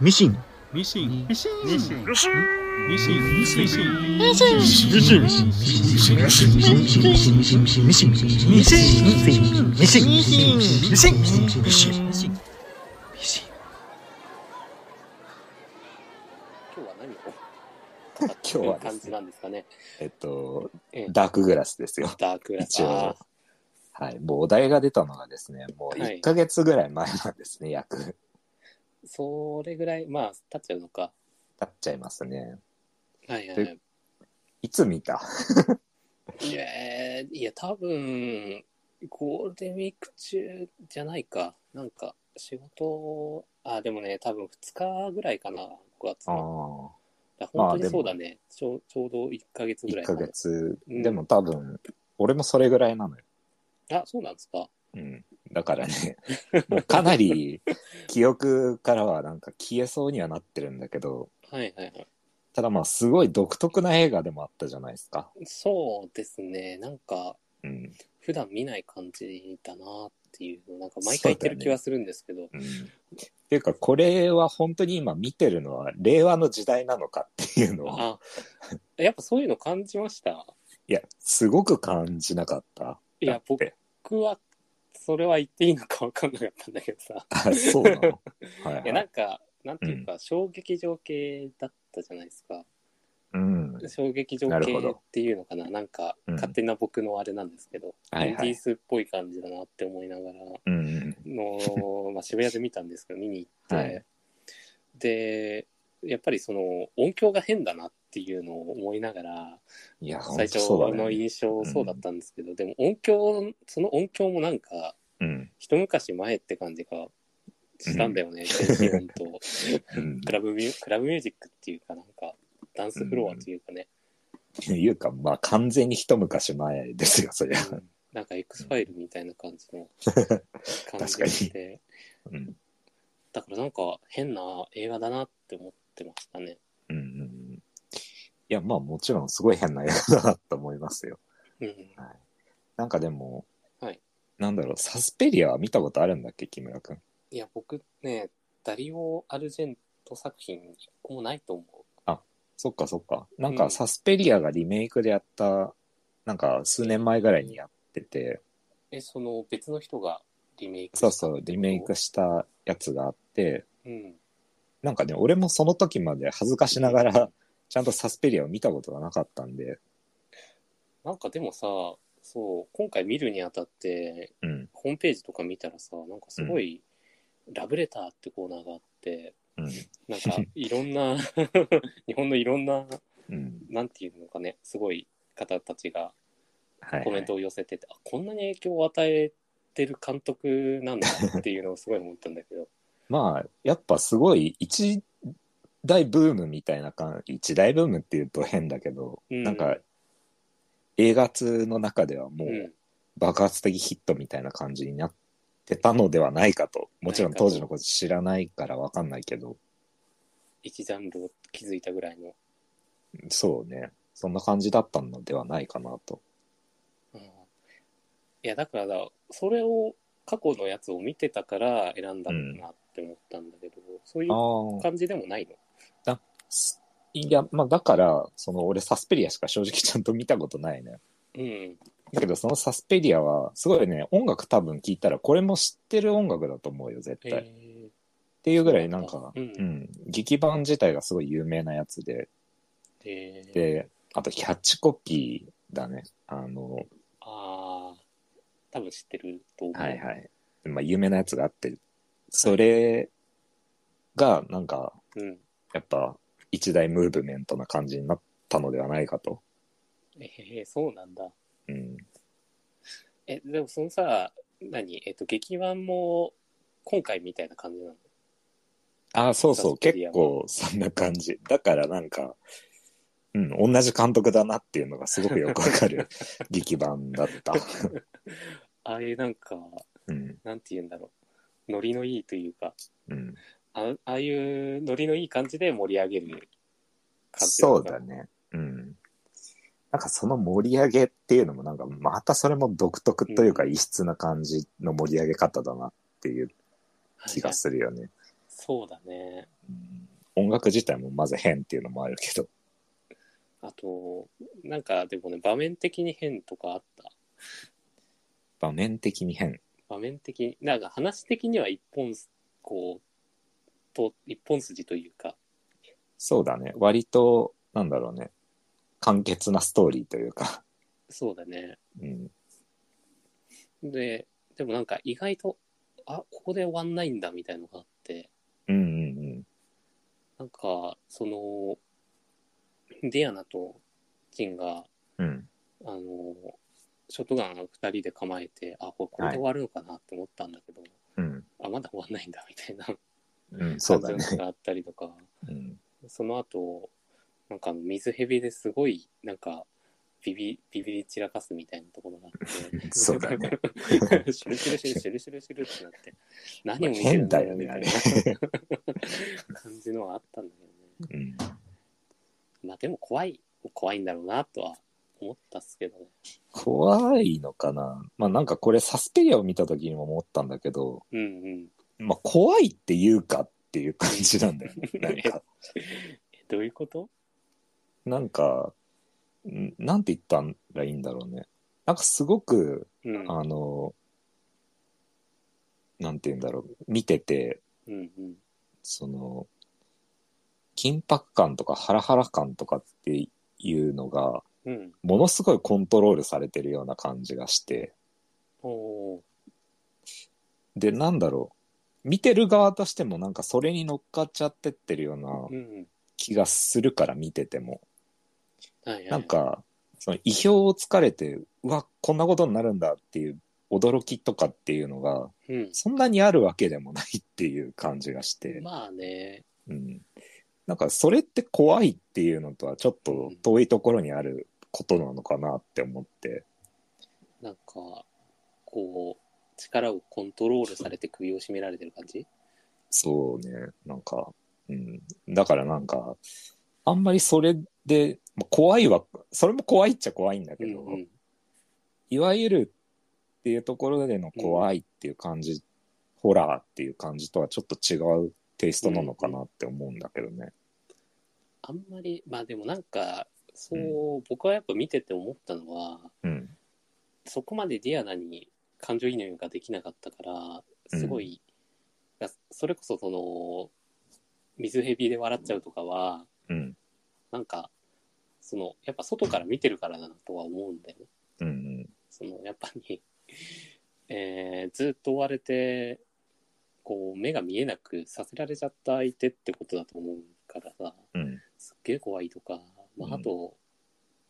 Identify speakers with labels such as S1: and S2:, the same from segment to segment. S1: ミシン。
S2: ミシン。ミシン。
S3: ニシン。
S4: シ
S2: ミシン。ミシン。
S5: ミ
S2: ミシン。
S5: シン
S1: ミシン。ミシン。ミシン。ミシン。ミシン。ミシン。ミシン。ミシン。ミシン。ミシン。ミシン。ミシン。ミシン。ミシン。ミシン。ミシン。ミシン。ミシン。
S4: 今日は何を
S6: 今日
S4: という
S6: はで
S4: 感
S6: す
S4: じ
S6: ね、
S4: なんですかね。
S6: えっと
S4: ええ、
S6: ダークグラスですよ。
S4: ダークラス。
S6: 一応
S4: あ
S6: はい。もうお題が出たのがですね、もう
S4: はい
S6: 1ヶ月ぐらい前なんですね、約。
S4: ーそれぐらい、まあ、経っちゃうのか。
S6: 経っちゃいますね。
S4: はいはいはい。
S6: いつ見た
S4: いやー、いや多分、ゴールデンウィーク中じゃないか。なんか、仕事、あ、でもね、多分2日ぐらいかな、5月
S6: あ
S4: の。
S6: あ。
S4: だから本
S6: まあ
S4: 当に
S6: でも
S4: そうだね。ちょうちょうど1ヶ月ぐら
S6: 1
S4: い
S6: ヶ
S4: かな。
S6: 月。
S4: うん
S6: でも多分、俺もそれぐらいなのよ。
S4: あ、そうなんですか。
S6: うん。だからね、もうかな り記憶からはなんか消えそうにはなってるんだけど、
S4: はいはいはい。
S6: ただまあすごい独特な映画でもあったじゃないですか。
S4: そうですね。なんか、
S6: うん。
S4: 普段見ない感じだなっていうの、なんか毎回言ってる気はするんですけど。
S6: うんっていうか、これは本当に今見てるのは令和の時代なのかっていうのを、
S4: あ、やっぱそういうの感じました。
S6: いや、すごく感じなかった。
S4: いや
S6: だって
S4: 僕は、それは言っていいのか分かんなかったんだけどさ。
S6: あ、そうなの。 はいはい
S4: いやなんかなんていうか、衝撃場系だったじゃないですか
S6: うん。
S4: 衝撃場
S6: なる
S4: 系
S6: ほど
S4: っていうのかななんか、
S6: うん
S4: 勝手な僕のあれなんですけど、
S6: はい
S4: イン
S6: は
S4: ディー
S6: い。
S4: スっぽい感じだなって思いながら
S6: うん。
S4: の、まあ、渋谷で見たんですけど見に行って、
S6: はい
S4: でやっぱりその音響が変だなっていうのを思いながら
S6: いや、本
S4: 最
S6: 当
S4: 初
S6: そうだ
S4: の
S6: ね。
S4: 印象そうだったんですけど、でも音響その音響もなんか
S6: うん。
S4: 一昔前って感じがしたんだよね、全然本 当。
S6: うん
S4: クラブミュクラブミュージックっていうかなんかダンスフロアというかね、
S6: っていうか、まあ完全に一昔前ですよ、そりゃ。
S4: うんなんか X ファイルみたいな感じ の感じ
S6: 確か
S4: が
S6: に
S4: して
S6: うん。
S4: だからなんか変な映画だなって思ってましたね
S6: うんうん。いや、まあもちろんすごい変な映画だなと思いますよ。
S4: うん
S6: なんかでも、
S4: はい
S6: なんだろう、サスペリアは見たことあるんだっけ、木村くん。
S4: いや僕ねダリオ・アルジェント作品一個もないと思う
S6: そっかそっか。なん
S4: う
S6: か
S4: ん
S6: サスペリアがリメイクでやった、なんか数年前ぐらいにやってて、
S4: えその別の人がリメイク
S6: そうそう、リメイク
S4: し
S6: したやつがあって、
S4: たうん
S6: なんかね、俺もその時まで恥ずかしながら、 ちゃんとサスペリアを見たことがなかったんで、
S4: なんかでもさそう今回見るにあたって
S6: うん、
S4: ホームページとか見たらさなんかすごい、ラブレターってコーナーがあって
S6: うん、
S4: なん かいろんな 日本のいろんな
S6: うん。
S4: なんていうのかねすごい方たちが
S6: はい、
S4: コメントを寄せてて、あこんなに影響を与えてる監督なんだっていうのをすごい思ったんだけど
S6: まあ、やっぱすごい一大ブームみたいな感じ、一大ブームっていうと変だけど、
S4: うん
S6: なんか映画通の中ではも
S4: う
S6: うん爆発的ヒットみたいな感じになってたのではないかと。もちろん
S4: ないかと
S6: 当時のこと知らないからわかんないけど、
S4: 一ジャンルを築いたぐらいの、
S6: そうね。そんな感じだったのではないかなと。
S4: うんいやだからそれを過去のやつを見てたから選んだのかなって思ったんだけど、そういう
S6: ああ。
S4: 感じでもないの
S6: いや、まあだから、その俺サスペリアしか正直ちゃんと見たことないね。
S4: うん
S6: だけどそのサスペリアはすごいね音楽多分聴いたらこれも知ってる音楽だと思うよ絶
S4: へ
S6: 対、っ
S4: え
S6: ていうぐらいなんか、
S4: う
S6: うんん劇版自体がすごい有名なやつで
S4: へえ
S6: であとキャッチコピーだねあの
S4: ああ多分知ってると思う、
S6: はいはい、まあ、有名なやつがあってそれがなんか
S4: うん
S6: やっぱ一大ムーブメントな感じになったのではないかと、
S4: ええそうなんだ
S6: うん、
S4: え、でもそのさ、何えっと、劇版も今回みたいな感じなの
S6: あそうそ
S4: サ
S6: う
S4: スペリア
S6: 結
S4: は
S6: 構そんな感じだからなんかうん同じ監督だなっていうのがすごくよくわか る劇版だった、
S4: ああいうなんか、
S6: うん
S4: なんて言うんだろう。ノリのいいというか、
S6: うん、
S4: あああいうノリのいい感じで盛り上げる感じな
S6: そ
S4: の
S6: う
S4: か
S6: だねうんなんかその盛り上げっていうのもなんかまたそれも独特というか
S4: うん
S6: 異質な感じの盛り上げ方だなっていう
S4: はい
S6: 気がするよね、
S4: そうだね。
S6: うん音楽自体もまず変っていうのもあるけど、
S4: あと、なんかでもね、場面的に変とかあった。
S6: 場面的に変。
S4: 場面的に、なんか話的には一本す、こう、と一本筋というか、
S6: そうだね。割と、なんだろうね。簡潔なストーリーというか、
S4: そうだね。
S6: うん、
S4: で、でもなんか意外と、あ、ここで終わんないんだみたいのがあって、
S6: うんうんうん。
S4: なんか、その、ディアナとジンが、
S6: うん。
S4: あの、ショットガンを2人で構えて、あ、これこれで終わるのかなって思ったんだけど、
S6: うん。
S4: あ、まだ終わんないんだみたいな
S6: うん、そうだ
S4: 感
S6: ね。
S4: じがあったりとか、
S6: うん。
S4: その後、なんかあの水蛇ですごい、なんか、ビビ、ビビり散らかすみたいなところがあって。
S6: そうだね。
S4: シュルシュルシュルシュルシュルシュルってなって。何を見てる
S6: 変
S4: んだ
S6: だ
S4: ろ
S6: よ
S4: う
S6: ね、
S4: み
S6: あ
S4: たい
S6: れ
S4: な。感じのはあったんだけどね。
S6: うん。
S4: まあでも怖い、怖いんだろうなとは思ったっすけどね。
S6: 怖いのかなまあなんかこれサスペリアを見た時にも思ったんだけど、
S4: うんうん。
S6: まあ怖いっていうかっていう感じなんだよ ね。なんか、
S4: え、どういうこと
S6: なんか、んなんて言ったらいいんだろうね。なんかすごく、
S4: うん。
S6: あの、なんて言うんだろう。見てて、
S4: うんうん。
S6: その、緊迫感とかハラハラ感とかっていうのが、
S4: うん。
S6: ものすごいコントロールされてるような感じがして、
S4: おー
S6: で、なんだろう。見てる側としてもなんかそれに乗っかっちゃってってるよ
S4: う
S6: うなん気がするから見てても。
S4: うん。はいはい。
S6: なん、か、その意表をつかれて、うわ、こんなことになるんだっていう驚きとかっていうのが、
S4: うん。
S6: そんなにあるわけでもないっていう感じがして、
S4: まあね。
S6: うん。なんかそれって怖いっていうのとはちょっと遠いところにあることなのかなって思って、
S4: なんか、こう、力をコントロールされて首を絞められてる感じ
S6: そうね、なんか、うん。だからなんか、あんまりそれで、まあ怖いは、それも怖いっちゃ怖いんだ
S4: う
S6: け
S4: ん
S6: ど、
S4: うん。
S6: いわゆるっていうところでの怖いっていう感じ、ホラーっていう感じとはちょっと違うテイストなのかなって思うんだけどね。
S4: あんまり、まあでもなんか、そう、僕はやっぱ見てて思ったのは、
S6: うん。
S4: そこまでディアナに感情移入ができなかったから、すごい、だそれこそその、水蛇で笑っちゃうとかは、
S6: うん。
S4: なんか、その、やっぱ外から見てるからだなとは思うんだよね。
S6: うんうん。
S4: そのやっぱり、 えーずっと追われてこう目が見えなくさせられちゃった相手ってことだと思うからさ
S6: うん。
S4: すっげえ怖いとか、ま
S6: うん
S4: あ、あと、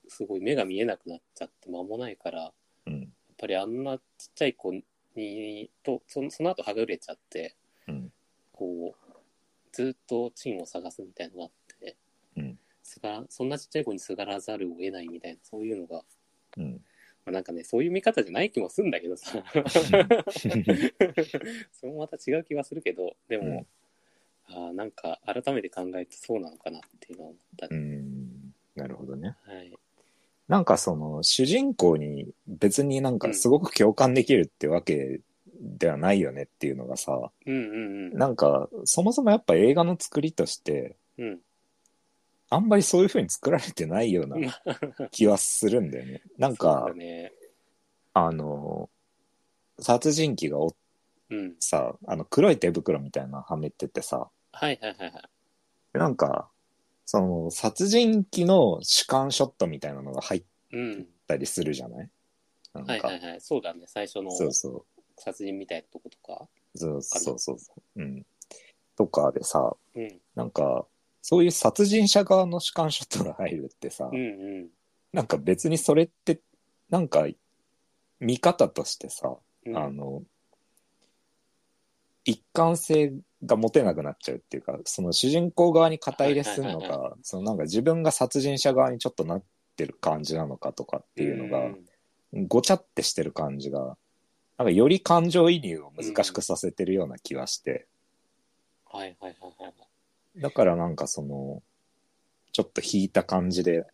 S4: すごい目が見えなくなっちゃって間もないからやっ
S6: うん。
S4: ぱりあんなちっちゃい子にとそのその後はぐれちゃって、
S6: うん
S4: こうずっとチンを探すみたいのがあって、
S6: うん
S4: すがらそんなちっちゃい子にすがらざるを得ないみたいなそういうのが
S6: うん。
S4: まあ、なんかね、そういう見方じゃない気もするんだけど さ。それもまた違う気はするけど、でも、あーなんか改めて考えてそうなのかなっていうのは思った
S6: う
S4: ね。
S6: ん。なるほどね。
S4: はい。
S6: なんかその主人公に別になんかすごく共感できるってわけではないよねっていうのがさ、
S4: うんうんうん。
S6: なんかそもそもやっぱ映画の作りとして、
S4: うん。
S6: あんまりそういう風に作られてないような気はするんだよね。なん
S4: そう
S6: か
S4: だ、ね。
S6: あの、殺人鬼がお
S4: うん。
S6: さ、あの黒い手袋みたいなのはめててさ、
S4: はいはいはいはい。
S6: でなんか、その殺人鬼の主観ショットみたいなのが入っ
S4: うん。
S6: たりするじゃないなんか、
S4: はいはいはい。そうだね。最初の
S6: そうそ
S4: 殺人みたいなとことか。
S6: う、そうそうそうそう、うん。とかでさ、
S4: うん。
S6: なんか、そういう殺人者側の主観ショットが入るってさ、
S4: うんうん
S6: なんか別にそれって、なんか、見方としてさ、
S4: うん。
S6: あの、一貫性が持てなくなっちゃうっていうか、その主人公側に肩入れするの
S4: はいはい
S6: か、そのなんか自分が殺人者側にちょっとなってる感じなのかとかっていうのが、ごちゃってしてる感じが、なんかより感情移入を難しくさせてるような気はして、
S4: はいはいはいはい。
S6: だからなんかその、ちょっと引いた感じで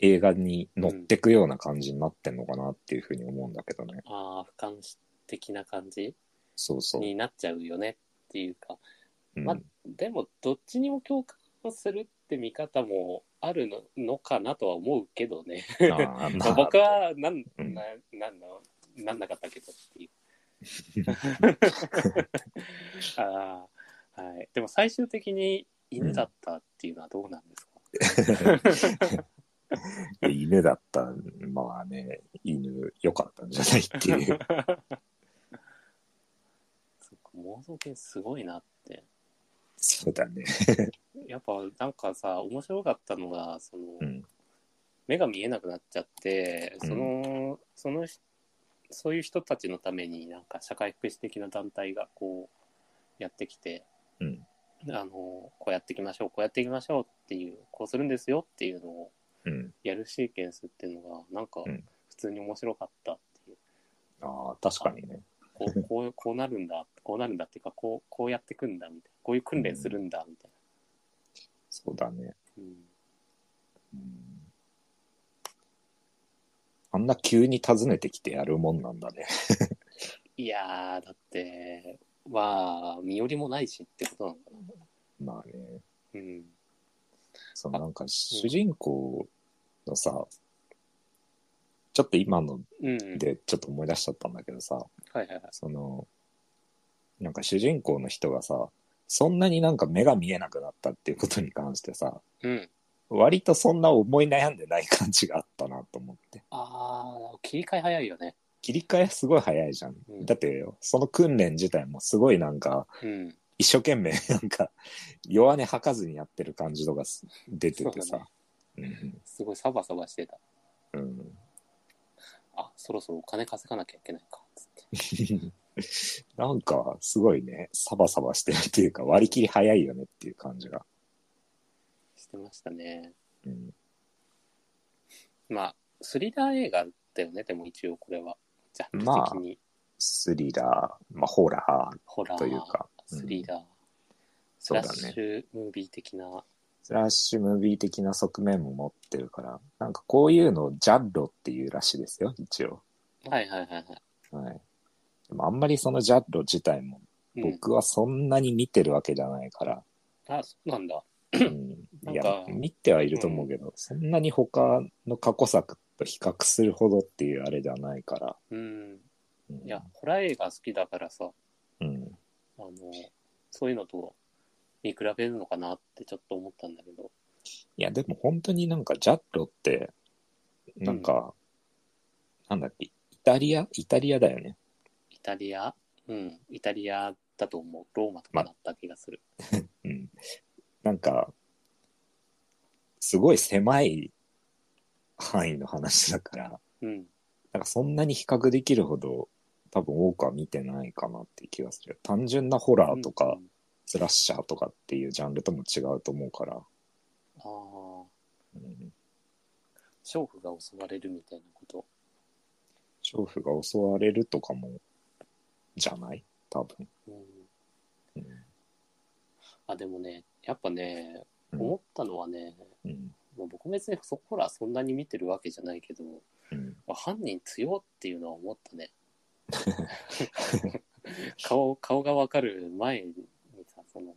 S6: 映画に乗ってくような感じになってんのかなっていうふうに思うんだけどね。
S4: ああ、俯瞰的な感じ
S6: そうそう。
S4: になっちゃうよねっていうか、
S6: うん
S4: までも、どっちにも共感をするって見方もあるののかなとは思うけどね。
S6: あーまあ
S4: 僕はなん、
S6: うん
S4: ななんの、なんなかったけどっていう。 あーはい、でも最終的に犬だったっていうのはどうなんですか、
S6: 犬だったまあね犬良かったん じゃないって いう
S4: そっか盲導犬すごいなって。
S6: そうだね
S4: やっぱなんかさ、面白かったのが、その、
S6: うん
S4: 目が見えなくなっちゃって、その、その人、そういう人たちのためになんか社会福祉的な団体がこうやってきて、
S6: うん
S4: あの、こうやっていきましょう、こうやっていきましょうっていう、こうするんですよっていうのを
S6: うん
S4: やるシーケンスっていうのが、なんか
S6: うん
S4: 普通に面白かったっていう、
S6: ああ確かにね
S4: こ う、こう、こうなるんだ、こうなるんだっていうか、こう、こうやってくんだみたいな、こういう訓練するんだみたい
S6: そうだね、
S4: な。うん
S6: うんあんな急に訪ねてきてやるもんなんだね
S4: いやー、だって、まあ、身寄りもないしってことなのかな。
S6: まあね
S4: うん。
S6: そのなんか主人公のさ、ちょっと今の
S4: うん。
S6: でちょっと思い出しちゃったんだけどさ、
S4: はいはいはい。
S6: そのなんか主人公の人がさそんなになんか目が見えなくなったっていうことに関してさ
S4: うん。
S6: 割とそんな思い悩んでない感じがあったなと思って
S4: あー、切り替え早いよね。
S6: 切り替えすごい早いじゃん、
S4: うん
S6: だってその訓練自体もすごいなんか
S4: うん。
S6: 一生懸命 なんか弱音吐かずにやってる感じとかす出ててさう,、
S4: すごいサバサバしてた。
S6: んうん
S4: あ、そろそろお金稼がなきゃいけないか。つって。
S6: なんかすごいねサバサバしてるっていうか割り切り早いよねっていう感じが、
S4: してましたね。
S6: うん、
S4: まあ、スリラー映画だよね、でも一応これは。ジャンル的に。
S6: スリラー、まあ、ホラ
S4: ホラー、
S6: ーというか、うん
S4: スリラー、ス
S6: そう
S4: ラ
S6: だ
S4: ッシ
S6: ね
S4: ュムービー的な。
S6: スラッシュムービー的な側面も持ってるからなんかこういうのをジャンロっていうらしいですよ一応
S4: はいはいはいはい。
S6: はい。でもあんまりそのジャッロ自体も
S4: うん、
S6: 僕はそんなに見てるわけじゃな いから、
S4: あ、そうなんだ。
S6: うん、いや
S4: なんか
S6: 見てはいると思うけど、そんなに他の過去作と比較するほどっていうあれではないから、
S4: うん。
S6: うん、
S4: いや、ホラー映画好きだからさ、
S6: うん、
S4: あの、そういうのと見比べるのかなってちょっと思ったんだけど。
S6: いやでも本当になんかジャッロってなんか、なんだっけイタリアイタリアだよね
S4: イタリアうん、イタリアだと思う。ローマとかだった気がする。
S6: うんなんかすごい狭い範囲の話だから
S4: うん。
S6: なんかそんなに比較できるほど多分多くは見てないかなっていう気がするよ。単純なホラーと
S4: うん
S6: かスラッシャーとかっていうジャンルとも違うと思うから。
S4: ああ、
S6: うん、
S4: 娼婦が襲われるみたいなこと。
S6: 娼婦が襲われるとかもじゃない多分。
S4: うん、
S6: うん
S4: あ、でもね、やっぱね、
S6: うん
S4: 思ったのはね、
S6: うん
S4: まあ僕別にそこらそんなに見てるわけじゃないけど、
S6: うん、
S4: まあ犯人強っていうのは思った ね。顔顔がわかる前にさその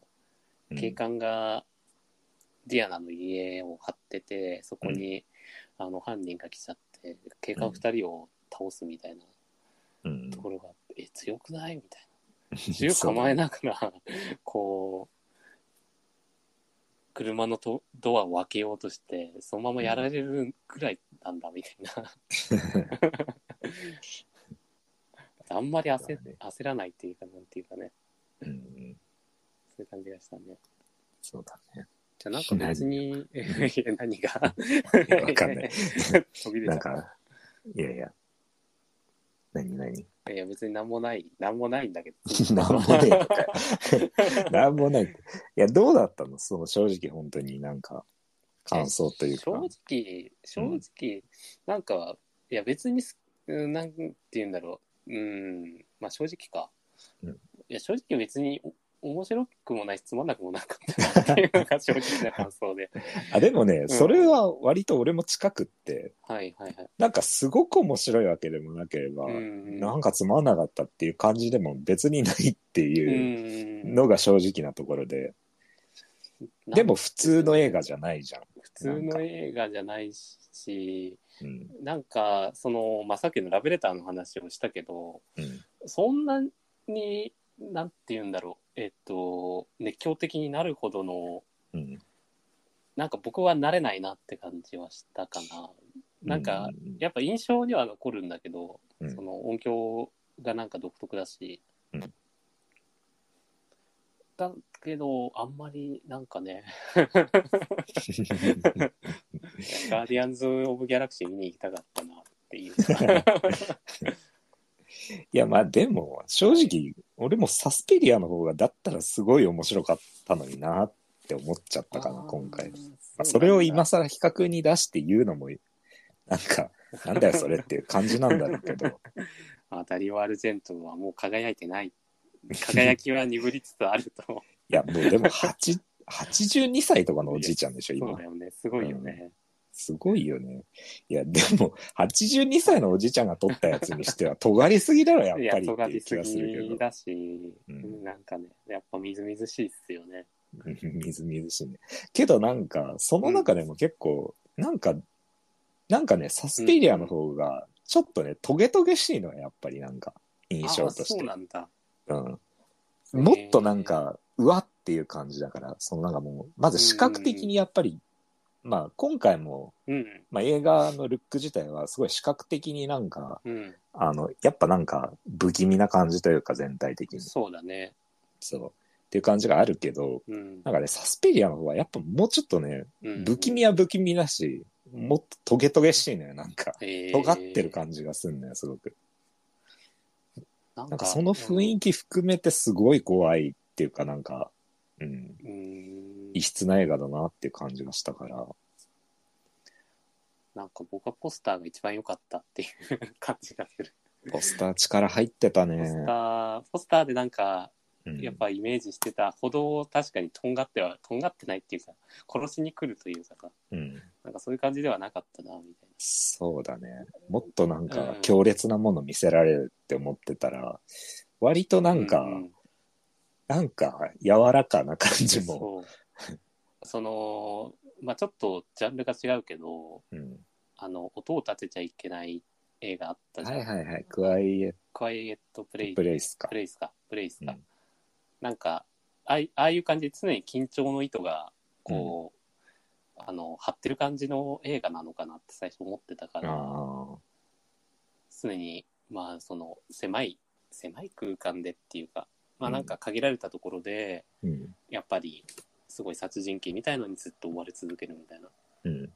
S6: うん
S4: 警官がディアナの家を張っててそこに、あの犯人が来ちゃって警官2人を倒すみたいな
S6: うん
S4: ところがあって、え強くないみたい な銃構えながらこう車のとドアを開けようとしてそのままやられるくらいなんだみたい なあんまり焦焦らないっていうかなんていうかね
S6: うんうん
S4: そういう感じがしたね
S6: そうだね。
S4: じゃあなんか別に、え いや何が
S6: いやわかんない。
S4: 飛び出ち
S6: な
S4: ゃ
S6: ん
S4: った
S6: か、いやいや。何何。
S4: いや別になんもない、なんも ないんだけど
S6: なんもね えのかよ。 なんもない。いや、どうだったのその正直本当になんか感想というか。
S4: 正直、正直、なんか、いや別にす、うんなんて言うんだろう。うん、まあ正直か。
S6: うん
S4: いや正直別に面白くもないし、つまんなくもなかったっていうのが正直な感想 で。
S6: あでもね、
S4: ん
S6: それは割と俺も近くって、
S4: はいはいはい。
S6: なんかすごく面白いわけでもなければ、
S4: うん
S6: なんかつまんなかったっていう感じでも別にないって
S4: う。
S6: いうんのが正直なところで、
S4: なん
S6: でも普通の映画じゃないじゃん。
S4: 普通の映画じゃないし、
S6: うん
S4: なんか、その、まあ、さっきのラブレターの話をしたけど、
S6: うん
S4: そんなに、なんて言うんだろう、えっと、熱狂的になるほどの、
S6: うん
S4: なんか僕は慣れないなって感じはしたかな。なんか、やっぱ印象には残るんだけど、
S6: うん
S4: その音響がなんか独特だし、
S6: うん
S4: だけどあんまりなんかねガーディアンズ・オブ・ギャラクシー見に行きたかったなっていう
S6: いやまあでも正直俺もサスペリアの方がだったらすごい面白かったのになって思っちゃったか な今回、まあ、それを今更比較に出して言うのもなんかなんだよそれっていう感じなんだろうけど
S4: あダリオ・アルジェントはもう輝いてない輝きは鈍りつつあると
S6: いやもうでも8 82歳とか のおじいちゃんでしょ
S4: そう
S6: 今
S4: だよねすごいよね、
S6: すごいよねいやでも82歳のおじいちゃんが撮ったやつにしては尖りすぎだろやっ
S4: いや
S6: ぱり
S4: 尖
S6: ってい
S4: り
S6: う気
S4: す
S6: がするけ
S4: ぎ
S6: ど
S4: だし、
S6: うん
S4: なんかねやっぱみずみずしいっすよね
S6: みずみずしいね。けどなんか、その中でも結構、なんか、なんかね、サスペリアの方が、ちょっとね、トゲトゲしいのはやっぱりなんか、印象とし
S4: あそう
S6: て。
S4: なんだ
S6: うん。もっとなんか、うわっていう感じだから、そのなんかもう、まず視覚的にやっぱり、まあ今回も、
S4: うん
S6: まあ映画のルック自体はすごい視覚的になんか、
S4: うん
S6: あの、やっぱなんか不気味な感じというか全体的に。
S4: そうだね
S6: そう。っていう感じがあるけど、
S4: うん
S6: なんかね、サスペリアの方はやっぱもうちょっとね、
S4: うん
S6: 不気味は不気味だし、もっとトゲトゲしいのよ、なんか。
S4: えー
S6: 尖ってる感じがすんのよ、すごく。
S4: な
S6: なんかその雰囲気含めてすごい怖いっていうか、なんか、うん、
S4: うん
S6: 異質な映画だなっていう感じがしたから。
S4: なんか僕はポスターが一番良かったっていう 感じがする
S6: ポスター力入ってた
S4: ポ
S6: ね。
S4: スターポスターでなんか
S6: うん
S4: やっぱイメージしてた歩道を確かにとんがってはとんがってないっていうか殺しに来るというかさ
S6: うん。
S4: なんかそういう感じではなかったなみたい
S6: そうだね。もっとなんか
S4: うん
S6: 強烈なもの見せられるって思ってたら、割とな
S4: なん
S6: か、
S4: う
S6: なんか柔らかな感じも。
S4: そうそのまあちょっとジャンルが違うけど
S6: うん
S4: あの音を立てちゃいけない映画あったじゃ
S6: は
S4: ん、
S6: いはいはい。クワイエッ
S4: クワイエットプレイ
S6: トプレイスか
S4: プ。レイスかプレイスか、
S6: うん
S4: なんかあいああいう感じで常に緊張の糸がこう、あの張ってる感じの映画なのかなって最初思ってたか
S6: あ
S4: ら
S6: あ。
S4: 常にまあその狭い狭い空間でっていうかまあ
S6: うん
S4: なんか限られたところで、
S6: うん。
S4: やっぱりすごい殺人鬼みたいのにずっと追われ続けるみたいなっ
S6: うん。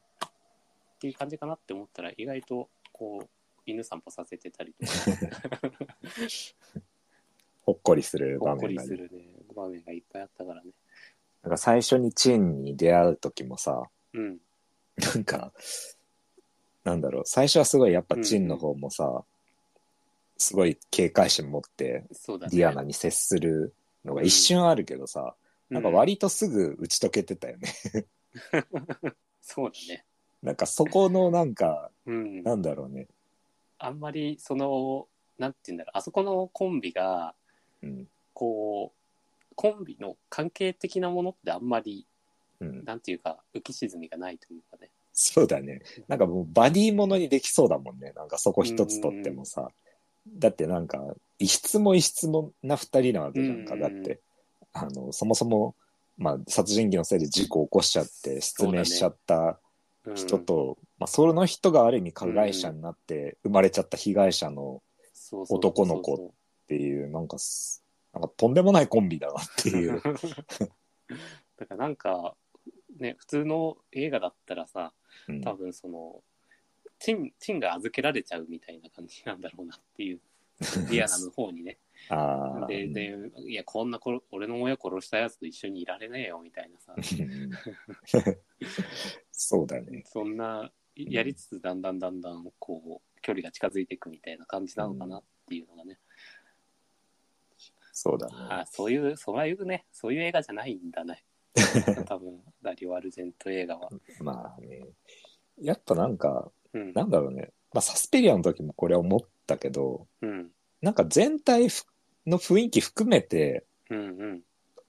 S4: ていう感じかなって思ったら意外とこう犬散歩させてたりとか
S6: ほっこりす る
S4: ほ
S6: 場
S4: っこ
S6: 面
S4: り
S6: が
S4: す
S6: ね。
S4: るね場面がいっぱいあったからね。
S6: なんか最初にチェーンに出会う時もさ、
S4: うん
S6: なんか、なんだろう、最初はすごいやっぱチンの方もさ、すごい警戒心持って
S4: そうだね。
S6: ディアナに接するのが一瞬あるけどさ、
S4: うん
S6: なんか割とすぐ打ち解けてたよね。
S4: そうだね。
S6: なんかそこのなんか、
S4: うん。
S6: なんだろうね。
S4: あんまり、その、なんて言うんだろう、あそこのコンビが、
S6: うん。
S4: こう、コンビの関係的なものってあんまり、
S6: うん、
S4: なんていうか、浮き沈みがないというかね。
S6: そうだね。なんかもうバディものにできそうだもんね。なんかそこ一つとってもさ。だってなんか、異質も異質もな二人なわけじゃんか。
S4: うんう
S6: だっ
S4: ん
S6: て、あの、そもそも、まあ、殺人鬼のせいで事故を起こしちゃって、失明しちゃった
S4: うん
S6: 人、と、まあ、その人がある意味加害者になって、生まれちゃった被害者の
S4: そうそう
S6: 男の子っていう、なんかす、なんかとんでもないコンビだなっ
S4: そ
S6: て
S4: うそう
S6: いう。
S4: だからなんか、ね、普通の映画だったらさ、
S6: うん
S4: 多分その、チン、チンが預けられちゃうみたいな感じなんだろうなっていう、ディアナの方にね。
S6: ああ。
S4: ででいやこんなこ俺の親殺したやつと一緒にいられねえよみたいなさ
S6: うん そうだね。
S4: そんなやりつつだんだんだんだんこう距離が近づいていくみたいな感じなのかなっていうのがね、
S6: そうだ。
S4: ああそういう、そういうね、そういう映画じゃないんだ ね。多分、ダリオ・アルジェント映画は。
S6: まあね。やっぱなんか、
S4: うん。
S6: なんだろうね。まあ、サスペリアの時もこれは思ったけど、
S4: うん。
S6: なんか全体ふの雰囲気含めて
S4: うん。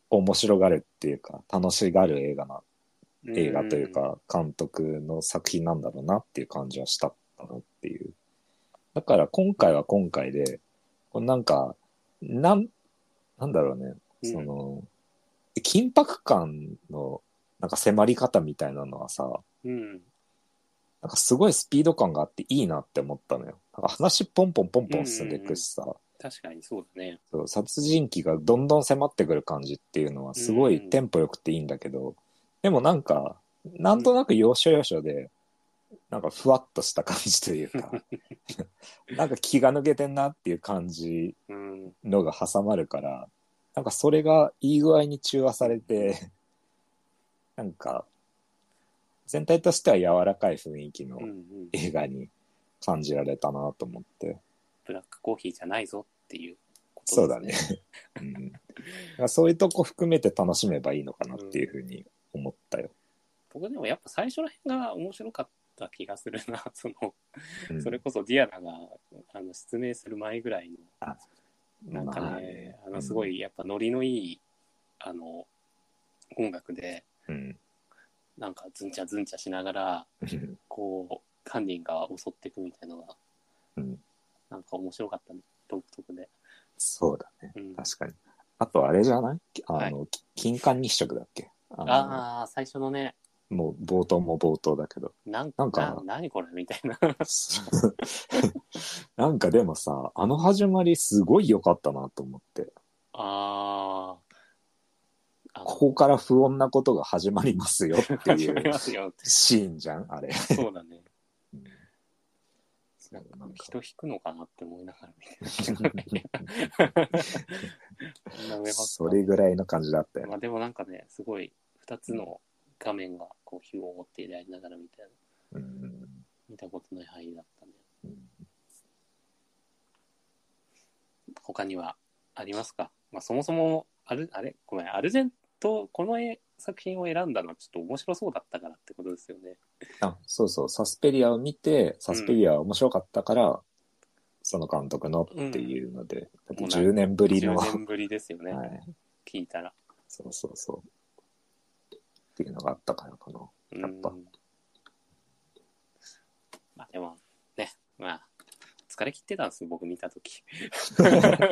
S6: 面白がるっていうか、楽しがる映画な、
S4: うん。
S6: 映画というか、監督の作品なんだろうなっていう感じはしたかなっていう。だから今回は今回で、こうなんか、なん、なんだろうね。
S4: うん
S6: その、緊迫感のなんか迫り方みたいなのはさ、
S4: うん。
S6: なんかすごいスピード感があっていいなって思ったのよ。なんか話ポンポンポンポン進んでいくしさ、
S4: 確かにそうだね。
S6: そう殺人鬼がどんどん迫ってくる感じっていうのはすご
S4: うんう
S6: い
S4: ん
S6: テンポよくていいんだけど、でもなんか、なんとなく要所要所で、なんかふわっとした感じというか、なんか気が抜けてんなっていう感じ
S4: うん。
S6: のが挟まるから、なんかそれがいい具合に中和されて、なんか、全体としては柔らかい雰囲気の
S4: うんうん。
S6: 映画に感じられたなと思って、
S4: ブラックコーヒーじゃないぞっていうこと
S6: そうだね。うん、だからそういうとこ含めて楽しめばいいのかなっていうふうに思ったよ。
S4: 僕でもやっぱ最初の辺が面白かった気がするな その
S6: うん
S4: それこそディアナがあの失明する前ぐらいのなんかね,、
S6: まあ
S4: あ、のすごいやっぱノリのいいあの音楽で
S6: うん
S4: なんかズンチャズンチャしながら
S6: うん
S4: こう犯人が襲っていくみたいなのが、
S6: うん
S4: なんか面白かったね独特で、
S6: そうだね。
S4: うん、
S6: 確かに。あとあれじゃない
S4: は
S6: あ
S4: い
S6: の、き金環日食だっけあの
S4: ああ最初のね
S6: もう冒頭も冒頭だけど。
S4: なん
S6: なんか
S4: な何これみたいな
S6: なんかでもさ、あの始まりすごい良かったなと思って。
S4: あーあの
S6: ここから不穏なことが始まりますよって い
S4: 始まり
S6: う
S4: ますよ
S6: シーンじゃんあれ。
S4: そうだね。
S6: うん
S4: なんか
S6: なんか
S4: 人引くのかなって思いながら見てる上ばっか
S6: それぐらいの感じだったよ
S4: ま
S6: ね
S4: あ、でもなんかね、すごい2つの画面がこう火を持ってやりながらみたいな、
S6: うん
S4: 見たことない範囲だったね。他にはありますか、まあ、そもそもある、あれごめん、アルゼント、この絵作品を選んだのはちょっと面白そうだったからってことですよね。
S6: あそうそう、サスペリアを見て、サスペリアは面白かったから、その監督のっていうので、
S4: ん
S6: だって10年ぶりの、は
S4: 10年ぶりですよね、
S6: い、
S4: 聞いたら。
S6: そうそうそう。っていうのがあったからかな。やっぱ
S4: うんまあでもねまあ疲れ切ってたんです僕見た時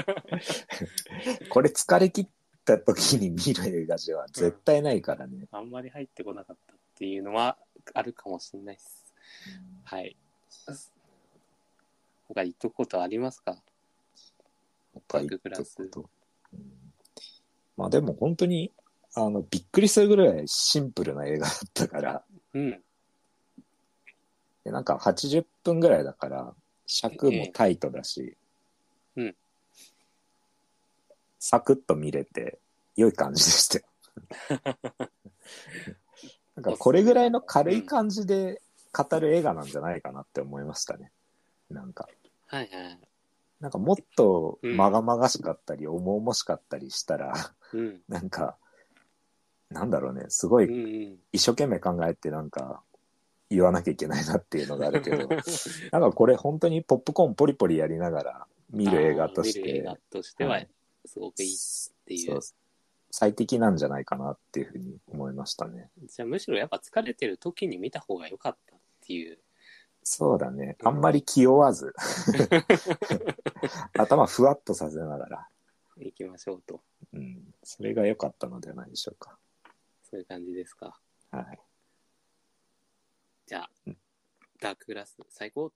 S6: これ疲れ切った時に見る映画じゃ絶対ないからね。
S4: あんまり入ってこなかったっていうのはあるかもしれないですはい他言っとくことありますか
S6: 他行ったこと。うんまあでも本当に、あの、びっくりするぐらいシンプルな映画だったから、
S4: うん
S6: でなんか80分ぐらいだから、尺もタイトだし、
S4: ええうん
S6: サクッと見れて、良い感じでした よ。なんかこれぐらいの軽い感じで語る映画なんじゃないかなって思いましたね。なんか、
S4: はいはい
S6: なんかもっとまがまがしかったり、重々しかったりしたら、
S4: うん
S6: なんか、なんだろうね、すご
S4: うん
S6: い一生懸命考えてなんか言わなきゃいけないなっていうのがあるけど、なんかこれ本当にポップコーンポリポリやりながら見る映画とし
S4: あー見る映
S6: て、
S4: 画として
S6: は
S4: はいすごくいい、ていう
S6: そう最適なんじゃないかなっていうふうに思いましたね。
S4: じゃあむしろやっぱ疲れてる時に見た方が良かったっていう
S6: そうだね。
S4: うん
S6: あんまり気負わず、 頭ふわっとさせながら、
S4: いきましょうと
S6: うん、それが良かったのではないでしょうか。
S4: そういう感じですか
S6: はい。
S4: じゃあ
S6: うん
S4: ダークグラス最高